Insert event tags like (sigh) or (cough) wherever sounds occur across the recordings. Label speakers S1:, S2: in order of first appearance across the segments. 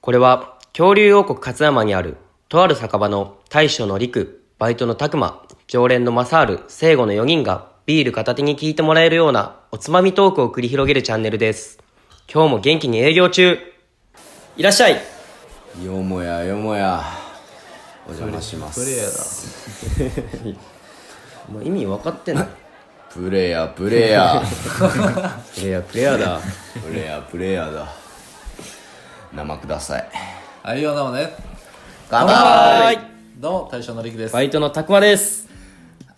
S1: これは恐竜王国勝山にあるとある酒場の大将の陸、バイトの拓馬、常連の正ル、聖護の4人がビール片手に聞いてもらえるようなおつまみトークを繰り広げるチャンネルです。今日も元気に営業中いらっしゃい
S2: よもやよもやお邪魔します
S1: もう意味分かってない。
S2: プレイヤープレイヤー
S1: プレイヤープレイヤーだ。
S2: プレイヤープレイヤーだ生ください
S3: はい、ようなもね。
S2: 乾杯
S3: どうも、大将のりくです。
S1: バイトの拓馬です。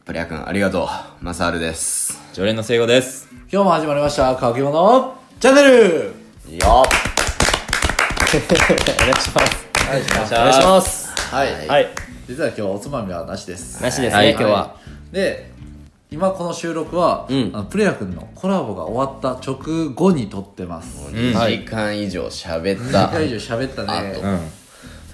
S2: プレイヤー君ありがとうマサールです
S4: 常連の聖護です
S3: 今日も始まりました、かきものチャンネル
S2: いいよ
S4: お
S1: お願いします。
S3: はい、
S4: はい
S3: 実は今日おつまみはなしです。
S1: なしですね、
S4: はい
S1: 今日は。
S3: で、今この収録は、あのプレイヤー君のコラボが終わった直後に撮ってます。
S2: 2時間以上喋った、
S3: 1回以上喋ったね。
S2: あ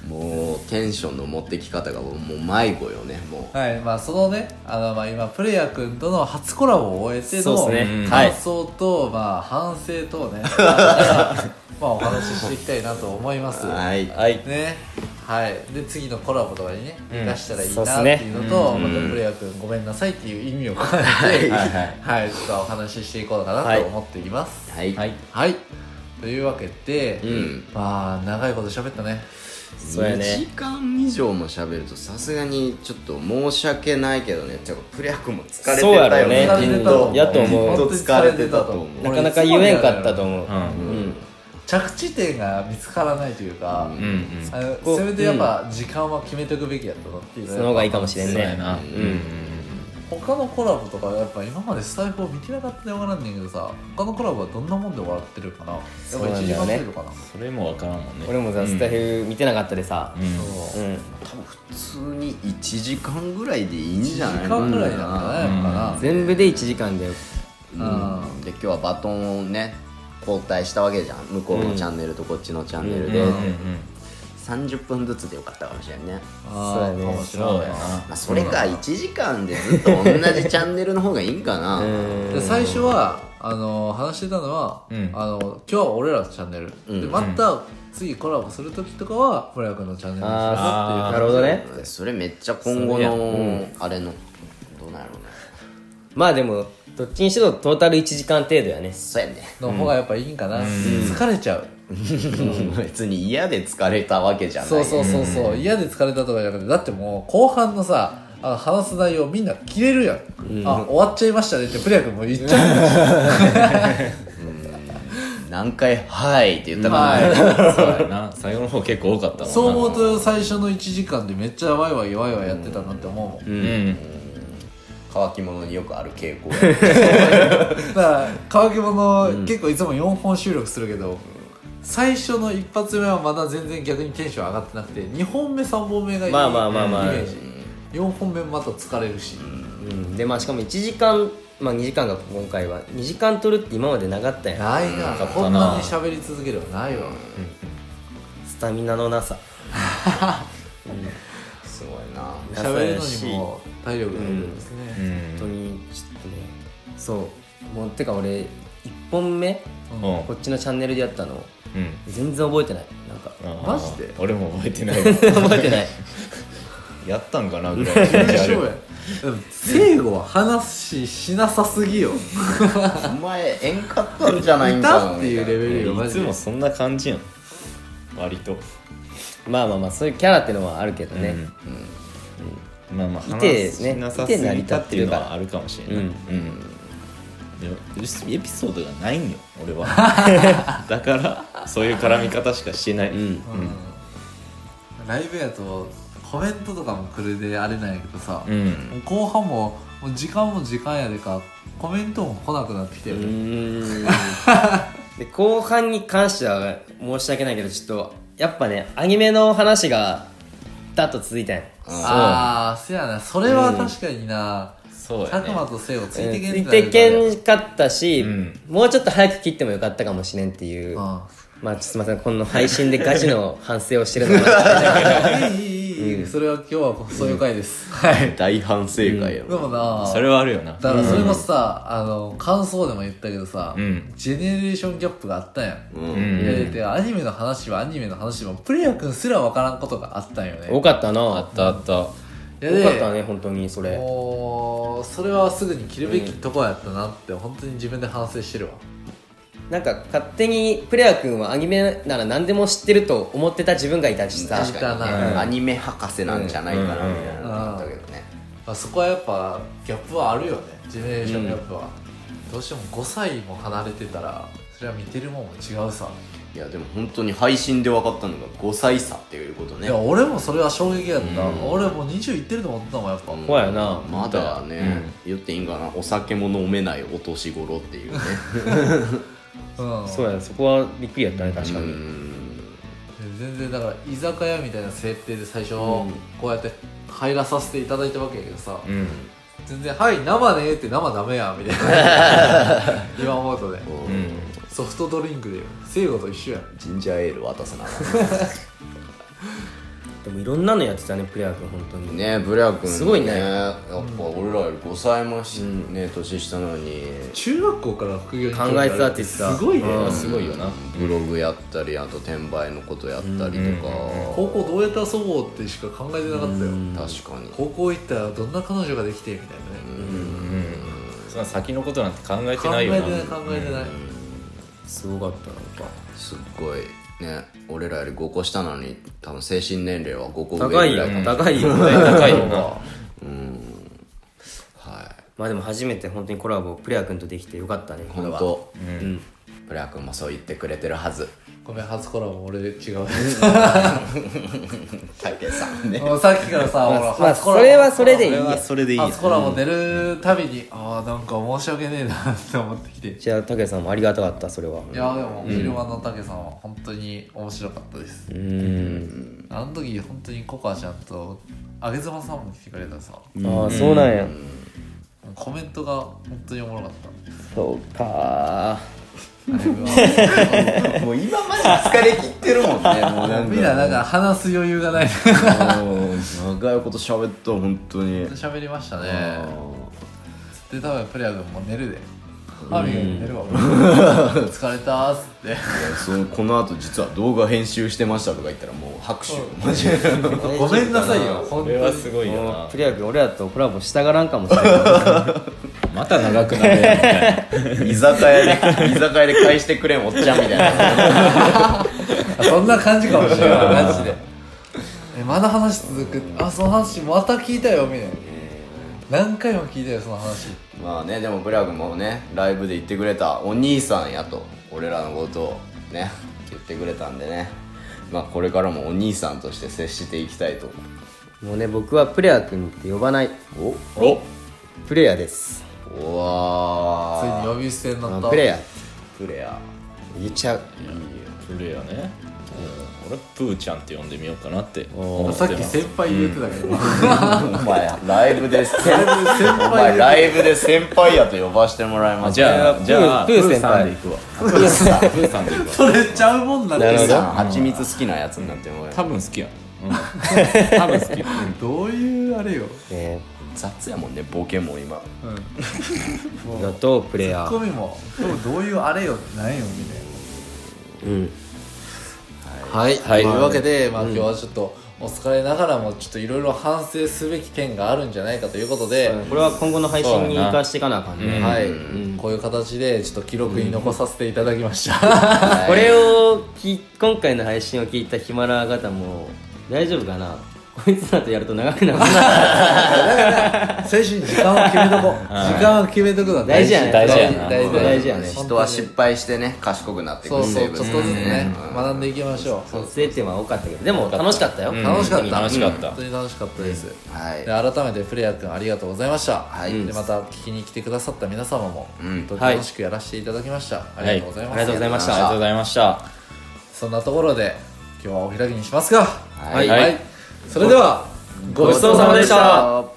S2: もうテンションの持ってき方がもう迷子よねも
S3: はい、まあそのね、あのまあ今プレイヤー君との初コラボを終えて
S1: そ
S3: の
S1: うですねうん
S3: 感想と、まあ反省と
S1: (laughs)
S3: ね、まあお話ししていきたいなと思います。
S2: うはい
S4: はい
S3: ねはいで次のコラボとかにね生かしたらいい
S1: そうっ
S3: な
S1: す
S3: っ
S1: ね
S3: ていうのと、またプレイヤー君ごめんなさいっていう意味を込めてはい、はい、ちょっとお話ししていこうかなと思っています
S2: はい、
S4: はい
S3: はい、というわけで、
S2: ん
S3: まあ長いこと喋ったね
S1: そうや
S2: 2時
S1: ね。
S2: 間以上も喋るとさすがにちょっと申し訳ないけどねてかプレイヤー君も疲れてた
S1: そうやろ
S2: よ
S1: うね
S2: ね
S3: 疲れてた
S1: うんやと思う
S3: 本当に
S2: 疲れてたと思う
S1: なかなか言えんかったと
S3: う
S1: 思う。
S4: うん
S2: うん
S3: 着地点が見つからないというか、
S4: うんうん
S3: あの
S1: こう
S3: せめてやっぱ時間は決めておくべきやったなっていう
S1: その方がいいかもしれん
S4: そうや
S1: ね。
S4: なうんうん
S3: 他のコラボとかやっぱ今までスタイフを見てなかったで分からんねんけどさ他のコラボはどんなもんで笑ってるかなやっ
S1: うな
S3: ぱ
S1: んだ
S3: 一時
S1: よ
S3: 間
S1: ね
S3: テるかな
S4: それもわからんもんね
S1: 俺もザ・スタイフ
S4: ル
S1: 見てなかったでさ。
S3: そう
S1: うん。
S2: 多分普通に1時間ぐらいでいいんじゃないか
S3: 時
S2: な
S3: 間ぐらいなんかなやっぱな、
S1: 全部で1時間だよ。
S3: うん
S2: うんで今日はバトンをね交代したわけじゃん向こうのチャンネルとこっちのチャンネルで、
S1: うん
S4: うんうん
S2: 30分ずつでよかったかもしれんね、
S3: あー
S1: そうやね
S3: かもしれ
S4: そうや
S3: ないな
S4: な
S2: まあ、それか1時間でずっと同じチャンネルの方がいいんかな、
S1: うん。
S3: で最初はあの話してたのは、
S4: うん
S3: あの今日は俺らのチャンネル、
S2: うん
S3: でまた次コラボする時とかは村君のチャンネルにします
S1: あー
S3: って
S1: な
S3: いう
S1: るほどね。
S2: それめっちゃ今後
S4: それや
S2: のあれのどうなんやろうね
S1: まあでも、どっちにしろトータル1時間程度やね。
S2: そうやね (laughs)
S3: の方がやっぱいいんかな、疲れちゃう、
S2: 別に嫌で疲れたわけじゃない
S3: そうそうそうそう嫌で疲れたとかじゃなくてだってもう後半のさあの話す内容みんな切れるやん、あ終わっちゃいましたねってプレイヤ君も言っちゃう
S2: 何回「はい」って言ったかな、
S3: は
S4: そうやな最後の方結構多
S1: (laughs)
S4: かったもん
S3: い
S4: な
S3: そう思うと最初の1時間でめっちゃワイワイワイワイやってたなって思うもん
S4: うんうん
S2: 乾き物によくある傾向
S3: だから乾き物、結構いつも4本収録するけど、最初の一発目はまだ全然逆にテンション上がってなくて2本目3本目がいい
S1: まあまあまあまあ
S3: イメージ4本目また疲れるし、
S1: うんで、まあしかも1時間、まあ2時間が今回は、2時間取るって今までなかったやん。
S3: ないな
S4: かったな
S3: こんなに喋り続けるはないわ、
S1: スタミナのなさ。
S2: すごいな
S3: 喋るのにも体力がいるんですね、
S1: 本当に、ちょっとね、そう。もう、てか俺、1本目、
S4: うん
S1: こっちのチャンネルでやったの、
S4: うん
S1: 全然覚えてない。なんか、
S4: あー
S3: マジで
S4: 俺も覚えてない
S1: 覚えてない。
S4: やったんかなぐらいの気持ちあ
S3: そう
S4: る
S3: やでも聖護は話ししなさすぎよ
S2: お前えんかったんじゃないんか
S3: 歌っていうレベルよマ
S4: いつ
S3: ジで
S4: もそんな感じやん割と
S1: まあまあまあ、そういうキャラってのはあるけどね。
S4: うんまあまあ
S1: いて
S4: 話し
S1: ね
S4: なさ
S1: い
S4: す
S1: て成り
S4: ぎ
S1: 立
S4: た
S1: っ
S4: って
S1: て
S4: いう
S1: る
S4: の
S1: から
S4: はあるかもしれない
S1: うん
S4: うんでもエピソードがないんよ俺はだからそういう絡み方しかしてない
S1: うん。
S3: ライブやとコメントとかもくれであれなんやけどさ、
S4: うん
S3: もう後半ももう時間も時間やでかコメントも来なくなってきて
S1: う
S3: る、
S1: ーんで後半に関しては申し訳ないけどちょっとやっぱねアニメの話がだっと続いたんよ
S3: ああせやなそれは確かにな
S4: そうや
S3: 佐
S4: ね
S3: 久間とせいをついて
S1: つ
S3: けん
S1: い
S3: って
S1: て
S3: なるよね
S1: けんかったし、
S4: うん
S1: もうちょっと早く切ってもよかったかもしれんっていう、
S3: うん
S1: (laughs) まあちょっとすいませんこの配信でガチの反省をしてるのもあるんですけど
S3: (laughs) いいいいいいいいきそれは今日はそういう回です、はい
S4: 大反省会や
S3: で
S4: ろ、
S3: もな
S4: それはあるよな
S3: だからそれこそさ、あの感想でも言ったけどさ、
S4: うん
S3: ジェネレーションギャップがあったやん、
S2: うん
S4: う
S3: いやだ
S4: ん
S3: ってアニメの話はアニメの話でもプレイヤー君すら分からんことがあったんよね
S1: 多かったな
S4: あったあった
S3: いやで
S1: 多かったね本当にそれ
S3: もうそれはすぐに切るべきとこやったなって本当に自分で反省してるわ
S1: なんか勝手にプレア君はアニメなら何でも知ってると思ってた自分がいたしさ
S2: 確かにね
S3: う、ん
S2: アニメ博士なんじゃないかなみたいなのがあったけどね、
S3: まあ、そこはやっぱギャップはあるよねジェネレーションギャップは、どうしても5歳も離れてたらそれは見てるもんも違うさ、
S2: いやでも本当に配信で分かったのが5歳差っていうこと
S3: い
S2: ね
S3: や俺もそれは衝撃やった、
S2: うん
S3: 俺もう20いってると思ってたもんやっぱ、
S2: うん
S1: 怖いよな
S2: まだね、言っていいんかなお酒も飲めないお年頃って
S3: (laughs)
S2: いうね
S3: うん
S1: そうやねそこはびっくりやったね確か
S2: う
S1: に、
S2: ん
S3: 全然だから居酒屋みたいな設定で最初こうやって入らさせていただいたわけやけどさ、
S4: うん
S3: 全然「はい生ね」って生ダメやんみた
S1: (laughs)
S3: いな今思うとね
S4: うん
S3: ソフトドリンクで聖子と一緒やん
S2: ジンジャーエール渡すな
S1: でもいろんなのやってたねプレア君本当に
S2: ねブレア君
S1: すごいね
S2: やっぱ俺らより5歳もし、ね年下なのに
S3: 中学校から副業に興味
S1: 考
S3: あ
S1: え
S3: る
S1: てたって言ってた
S3: すごいね、
S1: うん
S4: すごいよな
S2: ブログやったりあと転売のことやったりとか、
S3: 高校どうやって遊ぼうってしか考えてなかったよ
S2: 確かに
S3: 高校行ったらどんな彼女ができてみたいなね
S4: うんそんな先のことなんて考えて
S3: 考
S4: ない
S3: え
S4: よな
S3: てない考えてない
S1: すごかったなんか
S2: すっごいね俺らより5個下なのに多分精神年齢は5個上ぐ
S1: 高
S2: ら
S1: い
S2: い
S1: よ
S2: かな
S1: 高
S3: (laughs)
S1: いよ
S4: 高いよな
S2: は
S1: まあでも初めて本当にコラボプレア君とできてよかったね
S2: い
S1: これ
S2: 本
S1: は
S2: 当うんブラ君もそう言ってくれてるはず
S3: ごめん初コラボ俺違う
S2: 大平さんね
S3: も (laughs) うさっきからさ、ほら、
S1: まあ
S3: 初コラボ
S1: それはそれでいいや
S4: それはそれでいいよ
S3: 初コラボ出るたびに、ああ、なんか申し訳ねえなって思ってきて。い
S1: じゃあ武さんもありがたかったそれは
S3: やーでも、昼間のたけさんは本当に面白かったです。
S1: うん
S3: あの時、本当にコカちゃんと、あげずまさんも来てくれたさ、
S1: ああそうなんや
S3: コメントが本当におもろかった。
S1: そうか
S3: あれ
S2: (laughs)
S3: は
S2: もう今まで疲れ切ってるもんねもうなんか
S3: みんななんか話す余裕がない。
S2: うん長いこと喋った本当に
S3: 喋りました
S2: あ
S3: ね。
S2: ー
S3: で、多分プレア君も寝るで。ハミが寝るわ、俺疲れたーっつって。
S2: いやそのこの後実は動画編集してましたとか言ったらもう拍手マジで
S3: ごめんなさいよ、
S4: こ
S3: 本当
S4: れ
S3: に。
S4: はすごいよ
S1: もう
S4: な
S1: プレア君俺らとコラボしたがらんかもしれない
S4: また長くなるやんみたいな
S2: 居酒屋で居酒屋で返してくれんおっちゃんみたいな
S3: あそんな感じかもしれないマジでえまだ話続くあその話また聞いたよみたいな何回も聞いたよその話
S2: まあねでもブラ君もねライブで言ってくれたお兄さんやと俺らのことをね言ってくれたんでねまあこれからもお兄さんとして接していきたいと
S1: もうね僕はプレア君って呼ばない
S2: お
S4: お
S1: プレアです
S2: お
S3: ついに
S2: わ
S3: 呼び捨てになった
S1: プレヤ
S2: ープレア
S1: 言っちゃう
S4: プレイヤーね俺プーちゃんって呼んでみようかなって思って
S3: さ
S4: ま
S3: っき
S4: す
S3: 先輩言ってたけど、
S2: お前ライブで先
S3: 輩
S2: お前ライブで先輩やと呼ばしてもらいま
S4: あ
S2: す
S4: じゃあじゃあ
S1: プープー先輩
S4: さんでいくわプーさんプーさんでいくわ
S3: それちゃうもんなん
S1: な
S3: で
S1: るほど
S2: あ蜂蜜好きなやつになってもらえ
S4: 多分好きやうん多分好き
S3: どういうあれよ、
S1: ね
S2: 雑やもんねボケも今
S3: うん、
S1: だとプレ
S3: ツ
S1: ア
S3: ッコミも今日どういうあれよってないよみたいな
S1: うん
S3: はい、
S1: はい
S3: というわけで、まあ、今日はちょっとお疲れながらもちょっといろいろ反省すべき点があるんじゃないかということで、
S1: これは今後の配信に生かしていかなあかんね
S3: はい、こういう形でちょっと記録に残させていただきました、
S1: これをき今回の配信を聞いたヒマラヤ方も大丈夫かなこいつらとやると長くなるな
S3: 最初に時間を決めとこう時間を決めとくのは
S1: 大事やね
S3: ね
S4: 大事やな
S3: 大事
S1: 大事やね
S2: 人は失敗してね賢くなっていく
S3: そうそうち
S2: 成分
S3: ょっとずつ
S2: です
S3: ね
S2: うん
S3: 学んでいきましょう
S1: 撮影点は多かったけどでも楽しかったよ、
S4: うん
S3: 楽しかった
S4: 楽しかった
S3: 本当に楽しかったです、
S2: はい
S3: で改めてプレイヤー君ありがとうございました、
S2: はい
S3: でまた聞きに来てくださった皆様も、
S2: ん
S3: 本当に楽しくやらせていただきました、ありがとうございます、
S1: はいありがとうございました
S4: ありがとうございました
S3: そんなところで今日はお開きにしますか
S2: はい
S3: それではごちそうさまでした